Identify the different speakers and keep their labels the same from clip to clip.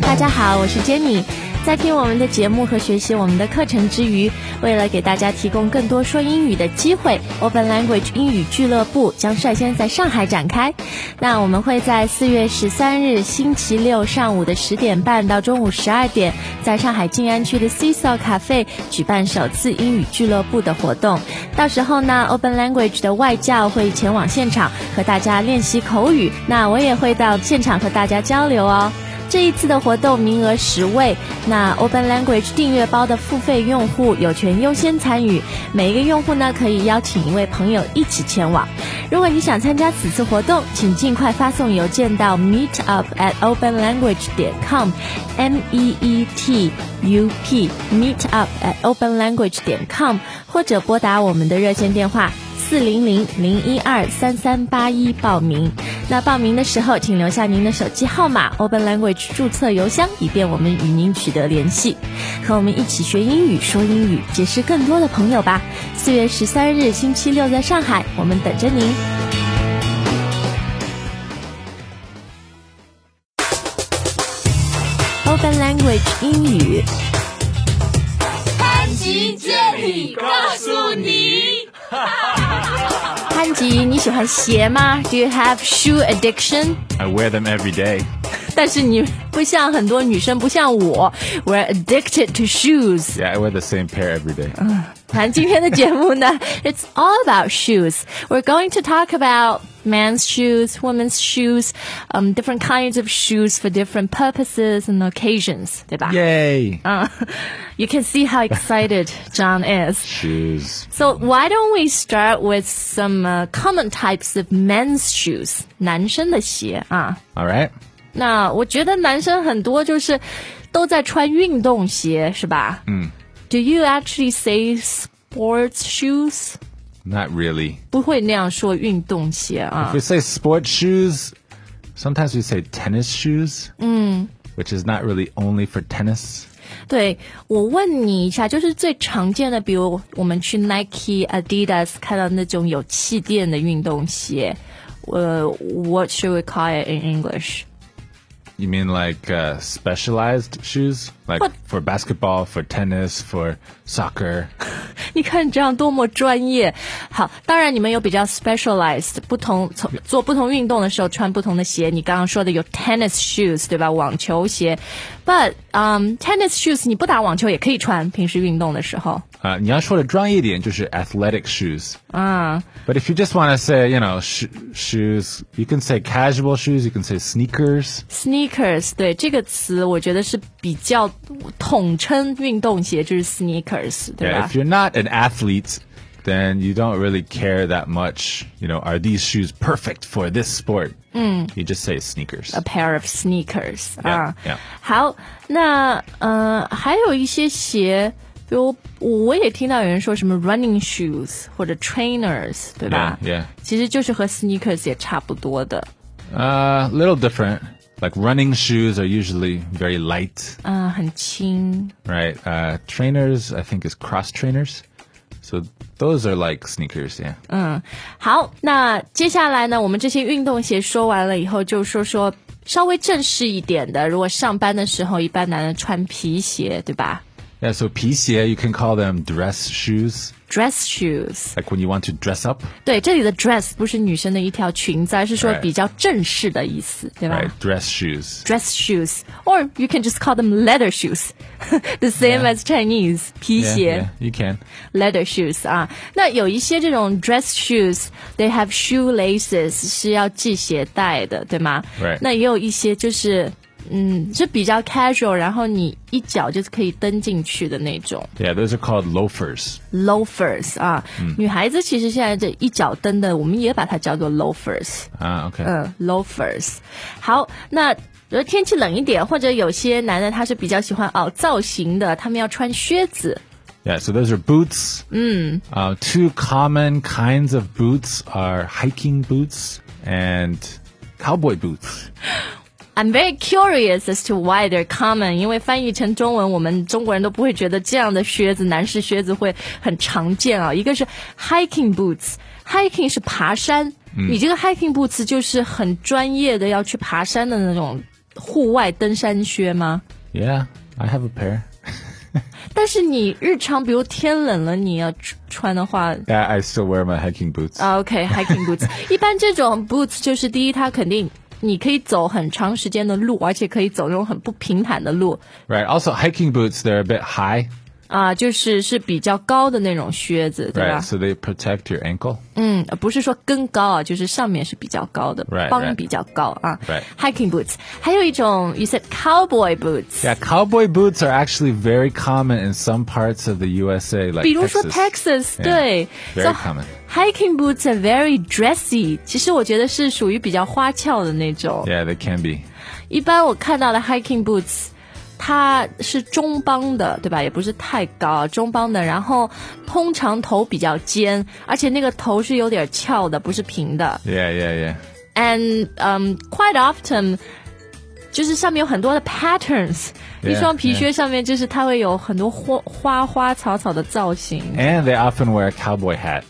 Speaker 1: 大家好，我是 Jenny。在听我们的节目和学习我们的课程之余，为了给大家提供更多说英语的机会，Open Language 英语俱乐部将率先在上海展开。那我们会在四月十三日星期六上午的十点半到中午十二点，在上海静安区的 Seesaw Cafe 举办首次英语俱乐部的活动。到时候呢，Open Language 的外教会前往现场和大家练习口语，那我也会到现场和大家交流哦。这一次的活动名额十位，那 Open Language 订阅包的付费用户有权优先参与。每一个用户呢，可以邀请一位朋友一起前往。如果你想参加此次活动，请尽快发送邮件到 meetup at open language 点 com，m e e t u p meetup at open language 点 com，或者拨打我们的热线电话四零零零一二三三八一报名。那报名的时候，请留下您的手机号码、Open Language 注册邮箱，以便我们与您取得联系。和我们一起学英语、说英语，结识更多的朋友吧！四月十三日星期六在上海，我们等着您。Open Language 英语。
Speaker 2: 潘吉建里告诉你，
Speaker 1: 潘吉，你喜欢鞋吗？Do you have shoe addiction？
Speaker 3: I wear them every day.
Speaker 1: 但是你不像很多女生，不像我，We're addicted to shoes。
Speaker 3: Yeah, I wear the same pair every day.
Speaker 1: 谈今天的节目呢，It's all about shoes. We're going to talk about men's shoes, women's shoes, um, different kinds of shoes for different purposes and occasions，对吧
Speaker 3: Yay!
Speaker 1: You can see how excited John is.
Speaker 3: Shoes.
Speaker 1: So why don't we start with some uh, common types of men's shoes，男生的鞋啊。
Speaker 3: All right.
Speaker 1: 那我觉得男生很多就是都在穿运动鞋，是吧？嗯。Do you actually say sports shoes？
Speaker 3: Not really.
Speaker 1: 不会那样说运动鞋啊
Speaker 3: If we say sport shoes, sometimes we say tennis shoes, which is not really only for tennis.
Speaker 1: 对我问你一下，就是最常见的，比如我们去 Nike、Adidas 看到那种有气垫的运动鞋，呃、w h a t should we call it in English？
Speaker 3: You mean like uh, specialized shoes? Like
Speaker 1: What?
Speaker 3: for basketball, for tennis, for soccer?
Speaker 1: 你看这样多么专业。好，当然你们有比较 specialized 不同从做不同运动的时候穿不同的鞋。你刚刚说的有 tennis shoes 对吧？网球鞋，but um tennis shoes 你不打网球也可以穿，平时运动的时候。
Speaker 3: Uh, 你要说的专业点就是 athletic shoes. But if you just want to say, you know, sh- shoes, you can say casual shoes, you can say sneakers.
Speaker 1: Sneakers，对这个词，我觉得是比较统称运动鞋，就是 sneakers，对
Speaker 3: Yeah,
Speaker 1: 吧
Speaker 3: if you're not an athlete, then you don't really care that much. You know, are these shoes perfect for this sport? You just say sneakers.
Speaker 1: ？A pair of sneakers，
Speaker 3: Yeah,
Speaker 1: 啊
Speaker 3: yeah.
Speaker 1: 好，那呃，还有一些鞋，比如我也听到有人说什么 running shoes 或者 trainers，对吧
Speaker 3: Yeah, yeah.
Speaker 1: 其实就是和 sneakers 也差不多的。
Speaker 3: Uh, little different. Like running shoes are usually very light,
Speaker 1: 嗯、很轻，
Speaker 3: right? Uh, trainers, I think, is cross trainers. So those are like sneakers, yeah.
Speaker 1: 好，那接下来呢，我们这些运动鞋说完了以后，就说说稍微正式一点的。如果上班的时候，一般男人穿皮鞋，对吧
Speaker 3: Yeah, so 皮鞋, you can call them dress shoes.
Speaker 1: ？Dress shoes，
Speaker 3: Like when you want to dress up,
Speaker 1: 对，这里的 dress 不是女生的一条裙子，而是说
Speaker 3: Right.
Speaker 1: 比较正式的意思，对吧
Speaker 3: right? Dress shoes.
Speaker 1: ？Dress shoes, or you can just call them leather shoes, the same
Speaker 3: Yeah.
Speaker 1: as Chinese 皮
Speaker 3: Yeah,
Speaker 1: 鞋。
Speaker 3: yeah, you can.
Speaker 1: leather shoes 啊。那有一些这种 dress shoes，they have shoelaces 是要系鞋带的，对吗
Speaker 3: Right
Speaker 1: 那也有一些就是。嗯，是比较 casual，然后你一脚就可以蹬进去的那种
Speaker 3: Yeah, those are called loafers.
Speaker 1: loafers 啊。
Speaker 3: 嗯
Speaker 1: 女孩子其实现在这一脚蹬的，我们也把它叫做 loafers。
Speaker 3: Ah, okay.
Speaker 1: 嗯，loafers。好，那如果天气冷一点，或者有些男的他是比较喜欢哦造型的，他们要穿靴子。
Speaker 3: Yeah, so those are boots. Uh, two common kinds of boots are hiking boots and cowboy boots.
Speaker 1: I'm very curious as to why they're common，因为翻译成中文，我们中国人都不会觉得这样的靴子，男士靴子会很常见啊。一个是 hiking boots，hiking 是爬山，你这个 hiking boots 就是很专业的要去爬山的那种户外登山靴吗？
Speaker 3: Yeah, I have a pair.
Speaker 1: 但是你日常比如天冷了，你要穿穿的话
Speaker 3: Yeah, I still wear my hiking boots.
Speaker 1: 啊，OK，hiking boots，一般这种 boots 就是第一，它肯定你可以走很长时间的路，而且可以走那种很不平坦的路
Speaker 3: Right. Also, hiking boots, they're a bit high,
Speaker 1: 啊，就是是比较高的那种靴子，对
Speaker 3: right?
Speaker 1: 吧？
Speaker 3: So they protect your ankle.
Speaker 1: 嗯，不是说跟高啊，就是上面是比较高的
Speaker 3: Right,
Speaker 1: 帮
Speaker 3: right.
Speaker 1: 比较高啊。
Speaker 3: Right.
Speaker 1: hiking boots，还有一种 you said cowboy boots，
Speaker 3: Yeah, cowboy boots are actually very common in some parts of the USA, like
Speaker 1: 比如说
Speaker 3: Texas.
Speaker 1: Texas，
Speaker 3: Yeah,
Speaker 1: 对
Speaker 3: very
Speaker 1: So
Speaker 3: common.
Speaker 1: hiking boots are very dressy。其实我觉得是属于比较花俏的那种。
Speaker 3: Yeah, they can be.
Speaker 1: 一般我看到的 hiking boots，它是中帮的，对吧？也不是太高，中帮的。然后通常头比较尖，而且那个头是有点翘的，不是平的。
Speaker 3: Yeah, yeah, yeah.
Speaker 1: And um, quite often，就是上面有很多的 patterns。
Speaker 3: Yeah,
Speaker 1: 一双皮靴上面就是它会有很多花花花草草的造型
Speaker 3: And they often wear a cowboy hat.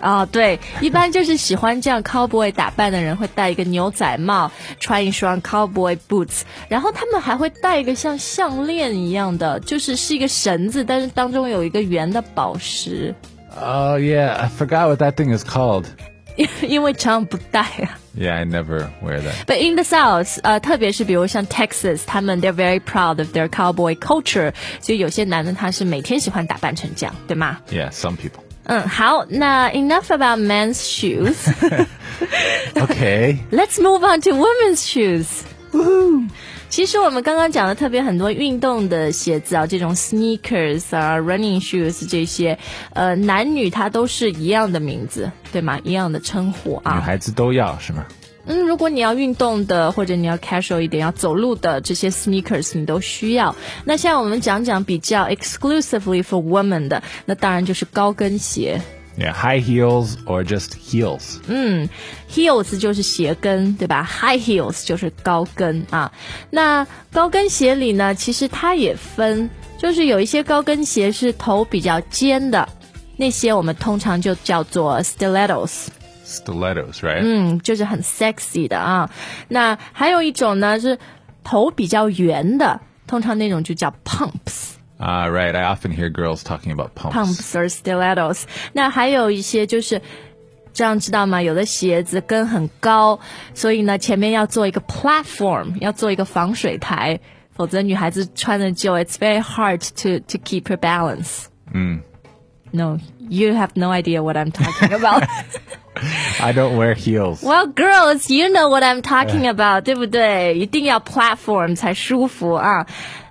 Speaker 1: 啊，对，一般就是喜欢这样 cowboy 打扮的人会戴一个牛仔帽，穿一双 cowboy boots，然后他们还会戴一个像项链一样的，就是是一个绳子，但是当中有一个圆的宝石，
Speaker 3: Oh yeah, I forgot what that thing is called.
Speaker 1: 因因为常常不戴啊。
Speaker 3: Yeah, I never wear that.
Speaker 1: But in the South，呃，特别是比如像 Texas，他们 they're very proud of their cowboy culture，所以有些男的他是每天喜欢打扮成这样，对吗？
Speaker 3: Yeah, some people.
Speaker 1: 嗯，好，那 enough about men's shoes。
Speaker 3: Okay.
Speaker 1: Let's move on to women's shoes。其实我们刚刚讲了特别很多运动的鞋子啊，这种 sneakers 啊、running shoes 这些，呃，男女它都是一样的名字，对吗？一样的称呼啊。
Speaker 3: 女孩子都要是吗？
Speaker 1: 嗯，如果你要运动的，或者你要 casual 一点，要走路的这些 sneakers 你都需要。那像我们讲讲比较 exclusively for women 的，那当然就是高跟鞋
Speaker 3: Yeah, high heels or just heels.
Speaker 1: ，heels 就是鞋跟，对吧？high heels 就是高跟啊。那高跟鞋里呢，其实它也分，就是有一些高跟鞋是头比较尖的，那些我们通常就叫做 stilettos。
Speaker 3: Stilettos, right?
Speaker 1: 嗯，就是很 sexy 的啊。那还有一种呢是头比较圆的，通常那种就叫 pumps。
Speaker 3: Ah, right. I often hear girls talking about pumps.
Speaker 1: pumps or stilettos。那还有一些就是。这样知道吗？有的鞋子跟很高，所以呢，前面要做一个 platform，要做一个防水台，否则女孩子穿的久，it's very hard to to keep her balance。嗯，No, you have no idea what I'm talking about.
Speaker 3: I don't wear heels.
Speaker 1: Well, girls, you know what I'm talking about，对不对？一定要 platform 才舒服啊。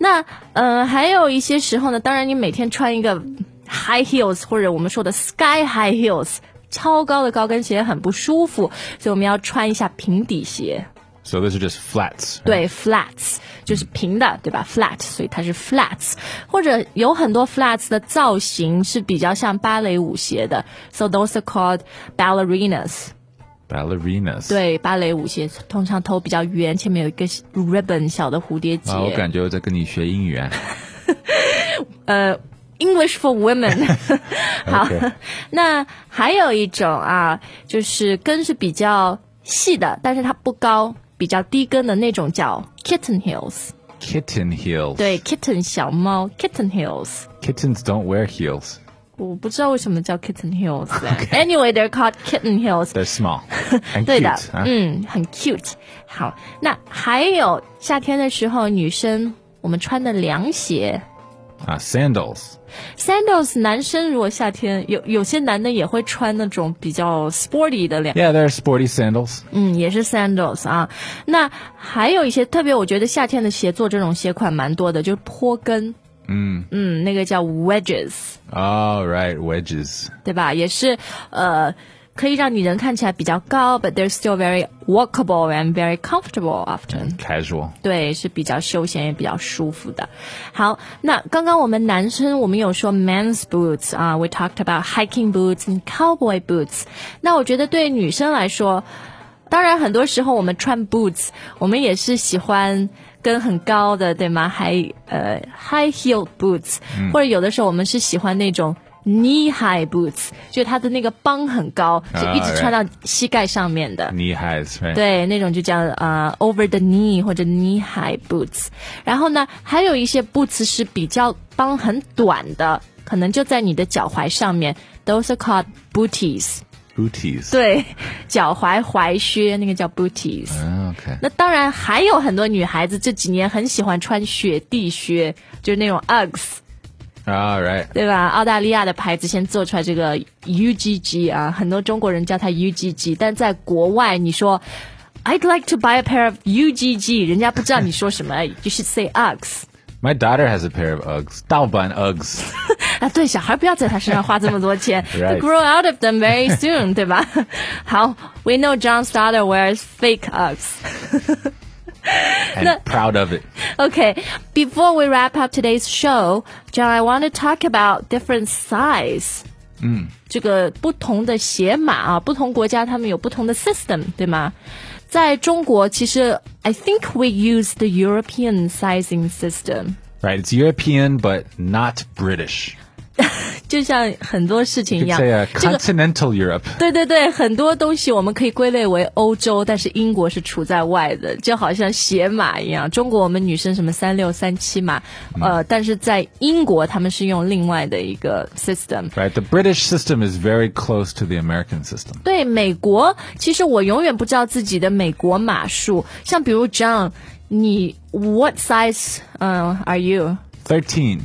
Speaker 1: 那呃，还有一些时候呢，当然你每天穿一个 high heels 或者我们说的 sky high heels，超高的高跟鞋很不舒服，所以我们要穿一下平底鞋。
Speaker 3: So those are just flats.
Speaker 1: 对，flats 就是平的，对吧？flat，所以它是 flats，或者有很多 flats 的造型是比较像芭蕾舞鞋的，so those are called ballerinas。
Speaker 3: Ballerinas.
Speaker 1: 对，芭蕾舞鞋通常头比较圆，前面有一个 ribbon 小的蝴蝶结。
Speaker 3: Oh, 啊，我感觉我在跟你学英语啊。
Speaker 1: English for women。好
Speaker 3: Okay
Speaker 1: 那还有一种啊，就是跟是比较细的，但是它不高，比较低跟的那种叫 kitten heels。
Speaker 3: Kitten heels.
Speaker 1: 对，kitten 小猫 kitten heels。
Speaker 3: Kittens don't wear heels.
Speaker 1: 我不知道为什么叫 kitten heels 哎。Anyway, they're called kitten heels.
Speaker 3: They're small and
Speaker 1: 对
Speaker 3: cute.
Speaker 1: 的，
Speaker 3: huh?
Speaker 1: 嗯，很 cute。好，那还有夏天的时候，女生我们穿的凉鞋
Speaker 3: Ah, sandals.
Speaker 1: sandals，男生如果夏天有有些男的也会穿那种比较 sporty 的凉
Speaker 3: Yeah, they're sporty sandals.
Speaker 1: 嗯，也是 sandals 啊。那还有一些特别，我觉得夏天的鞋做这种鞋款蛮多的，就是坡跟，嗯嗯，那个叫 wedges，
Speaker 3: All right, wedges.
Speaker 1: 对吧？也是呃。可以让你人看起来比较高，but they're still very walkable and very comfortable often。
Speaker 3: Casual.
Speaker 1: 对，是比较休闲也比较舒服的。好，那刚刚我们男生我们有说 men's boots 啊，we talked about hiking boots and cowboy boots。那我觉得对女生来说，当然很多时候我们穿 boots，我们也是喜欢。跟很高的，对吗？还呃 high heel boots，、或者有的时候我们是喜欢那种 knee high boots，就它的那个帮很高，
Speaker 3: 啊
Speaker 1: 是一直穿到膝盖上面的。
Speaker 3: knee highs, right?
Speaker 1: 对，那种就叫呃 over the knee 或者 knee high boots。然后呢，还有一些 boots 是比较帮很短的，可能就在你的脚踝上面。Those are called booties。
Speaker 3: Booties.
Speaker 1: 对，脚踝踝靴那个叫 booties。
Speaker 3: Ah, okay.
Speaker 1: 那当然，还有很多女孩子这几年很喜欢穿雪地靴，就是那种 Uggs，
Speaker 3: All right.
Speaker 1: 对吧？澳大利亚的牌子先做出来这个 UGG 啊，很多中国人叫它 UGG，但在国外你说 I'd like to buy a pair of UGG，人家不知道你说什么 ，you should say Uggs。
Speaker 3: My daughter has a pair of Uggs. Daoban Uggs.
Speaker 1: 啊，对，小孩不要在他身上花这么多钱 They
Speaker 3: Right.
Speaker 1: grow out of them very soon，对吧？ 好，We know John's daughter wears fake Uggs。
Speaker 3: And proud of it.
Speaker 1: Okay, before we wrap up today's show, John, I want to talk about different size. 嗯，这个不同的鞋码啊，不同国家他们有不同的 system，对吗？在中国，其实 I think we use the European sizing system。
Speaker 3: Right. It's European, but not British.
Speaker 1: 就像很多事情
Speaker 3: You
Speaker 1: 一
Speaker 3: could
Speaker 1: 样
Speaker 3: say uh,，
Speaker 1: 这个
Speaker 3: continental Europe.
Speaker 1: 对对对，很多东西我们可以归类为欧洲，但是英国是处在外的，就好像鞋码一样。中国我们女生什么三六、三七码，呃，但是在英国他们是用另外的一个 system。
Speaker 3: Right. The British system is very close to the American system.
Speaker 1: 对美国，其实我永远不知道自己的美国码数。像比如 John，你 What size？嗯、a r e you？
Speaker 3: 13.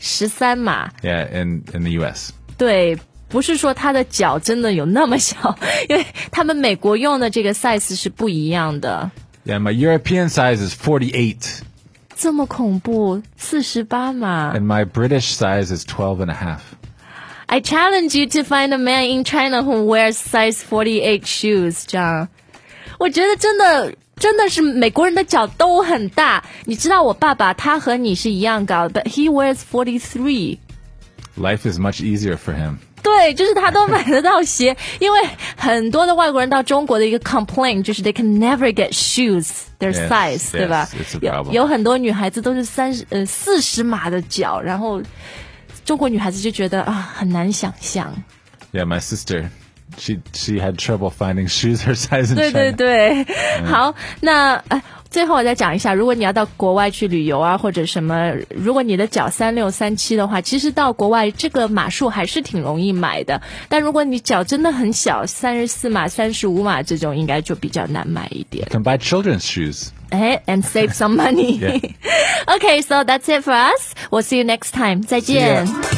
Speaker 1: 十三码，
Speaker 3: Yeah, in, in the US.
Speaker 1: 对，不是说他的脚真的有那么小，因为他们美国用的这个 size 是不一样的。
Speaker 3: Yeah, my European size is 48,
Speaker 1: 这么恐怖，四十八码
Speaker 3: and my British size is 12 and a half.
Speaker 1: ！I challenge you to find a man in China who wears size forty eight shoes。这样，我觉得真的真的是美国人的脚都很大。你知道我爸爸他和你是一样高，but he wears forty three。
Speaker 3: Life is much easier for him.
Speaker 1: 对，就是他都买得到鞋，因为很多的外国人到中国的一个 complaint 就是 they can never get shoes their
Speaker 3: Yes,
Speaker 1: size，、对吧
Speaker 3: yes, it's a
Speaker 1: 有
Speaker 3: problem.
Speaker 1: 有很多女孩子都是三十呃四十码的脚，然后中国女孩子就觉得啊很难想象。
Speaker 3: Yeah, my sister, she she had trouble finding shoes her size in
Speaker 1: 对
Speaker 3: China.
Speaker 1: 对对，
Speaker 3: 嗯
Speaker 1: 好，那呃。最后我再讲一下，如果你要到国外去旅游啊，或者什么，如果你的脚三六三七的话，其实到国外这个码数还是挺容易买的。但如果你脚真的很小，三十四码、三十五码这种，应该就比较难买一点。
Speaker 3: Can buy children's shoes.
Speaker 1: 哎，and save some money。
Speaker 3: Yeah.
Speaker 1: Okay, so that's it for us. We'll see you next time. 再
Speaker 3: ya.
Speaker 1: 见。